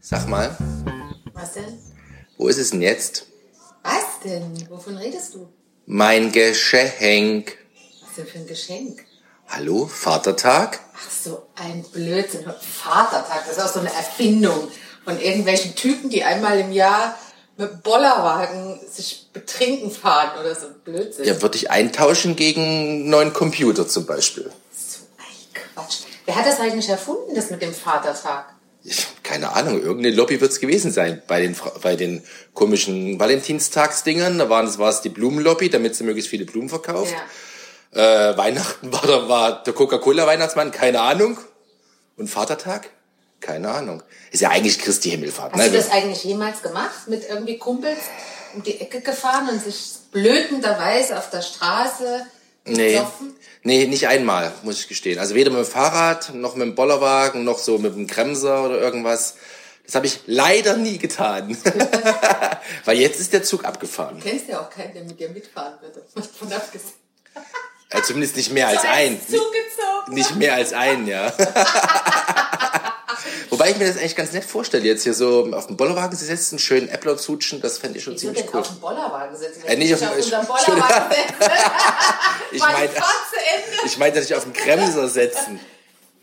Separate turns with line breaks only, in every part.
Sag mal,
Was denn?
wo ist es denn jetzt?
Was denn? Wovon redest du?
Mein Geschenk.
Was denn für ein Geschenk?
Hallo, Vatertag?
Ach so, ein Blödsinn. Vatertag, das ist auch so eine Erfindung von irgendwelchen Typen, die einmal im Jahr mit Bollerwagen sich betrinken fahren oder so. Blödsinn.
Ja, würde ich eintauschen gegen einen neuen Computer zum Beispiel.
So ein Quatsch. Wer hat das eigentlich erfunden, das mit dem Vatertag?
Ich, keine Ahnung, irgendeine Lobby wird's gewesen sein bei den, Fra- bei den komischen Valentinstagsdingern. Da waren es war es die Blumenlobby, damit sie möglichst viele Blumen verkauft.
Ja.
Äh, Weihnachten war, da war der Coca-Cola-Weihnachtsmann, keine Ahnung. Und Vatertag? Keine Ahnung. Ist ja eigentlich Christi Himmelfahrt.
Hast
ne?
du Also das eigentlich jemals gemacht? Mit irgendwie Kumpels um die Ecke gefahren und sich blödenderweise auf der Straße
Nee.
gesoffen?
nee, nicht einmal, muss ich gestehen. Also weder mit dem Fahrrad, noch mit dem Bollerwagen, noch so mit dem Bremser oder irgendwas. Das habe ich leider nie getan. Weil jetzt ist der Zug abgefahren.
Du kennst ja auch keinen, der mit dir mitfahren würde. Von abgesehen.
Äh, zumindest nicht mehr als ein.
Zugezogen.
Nicht mehr als ein, ja. Wobei ich mir das eigentlich ganz nett vorstelle, jetzt hier so auf dem Bollerwagen zu sitzen, schönen Äppler zutschen, das fände ich schon
Ich würde
ziemlich
denn
cool.
auf dem Bollerwagen sitzen.
Äh, nicht auf dem-
dem unserem
ich- Entschuldigung.
Bollerwagen
Ich
mein
meine,
Fahrt zu Ende.
ich meinte natürlich auf den Bremser setzen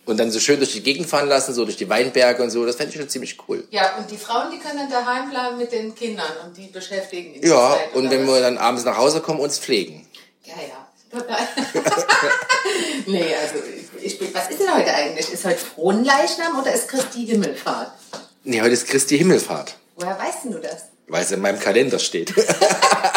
und dann so schön durch die Gegend fahren lassen, so durch die Weinberge und so, das fände ich schon ziemlich cool.
Ja, und die Frauen, die können dann daheim bleiben mit den Kindern und die beschäftigen in der
Ja,
Zeit,
und
oder
wenn
was?
wir dann abends nach Hause kommen, uns pflegen.
Ja, ja. nee, also ich, ich bin, was ist denn heute eigentlich? Ist heute Frohnleichnam oder ist Christi Himmelfahrt?
Nee, heute ist Christi Himmelfahrt,
Woher weißt denn du das?
weil es in meinem Kalender steht.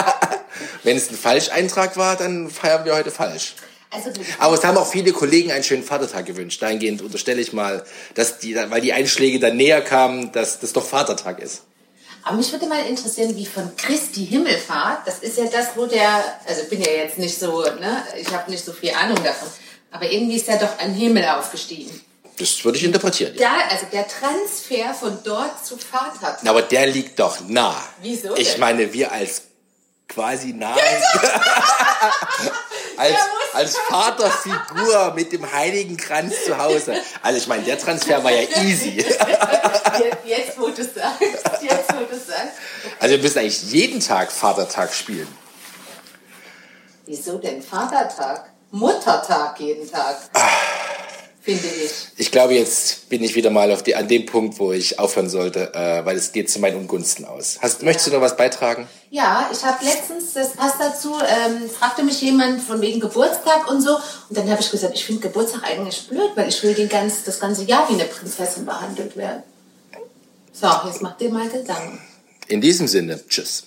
wenn es ein Falscheintrag war, dann feiern wir heute falsch.
Also du,
Aber es haben auch viele Kollegen einen schönen Vatertag gewünscht. Dahingehend unterstelle ich mal, dass die, weil die Einschläge dann näher kamen, dass das doch Vatertag ist.
Aber mich würde mal interessieren, wie von Christi Himmelfahrt, das ist ja das, wo der, also ich bin ja jetzt nicht so, ne, ich habe nicht so viel Ahnung davon, aber irgendwie ist ja doch ein Himmel aufgestiegen.
Das würde ich interpretieren.
Da, also der Transfer von dort zu Vatertag.
Na, Aber der liegt doch nah.
Wieso
Ich
denn?
meine, wir als quasi nah. als,
Der muss-
als Vaterfigur mit dem heiligen Kranz zu Hause. Also ich meine, der Transfer war ja easy.
Jetzt, jetzt wo du sagst, jetzt wo du sagst.
Also wir müssen eigentlich jeden Tag Vatertag spielen.
Wieso denn Vatertag? Muttertag jeden Tag.
Ah.
Finde ich.
Ich glaube, jetzt bin ich wieder mal auf die, an dem Punkt, wo ich aufhören sollte, äh, weil es geht zu meinen Ungunsten aus. Hast, Möchtest du noch was beitragen?
Ja, ich habe letztens, das passt dazu, ähm, fragte mich jemand von wegen Geburtstag und so. Und dann habe ich gesagt, ich finde Geburtstag eigentlich blöd, weil ich will den ganz, das ganze Jahr wie eine Prinzessin behandelt werden. So, jetzt macht dir mal Gedanken.
In diesem Sinne, tschüss.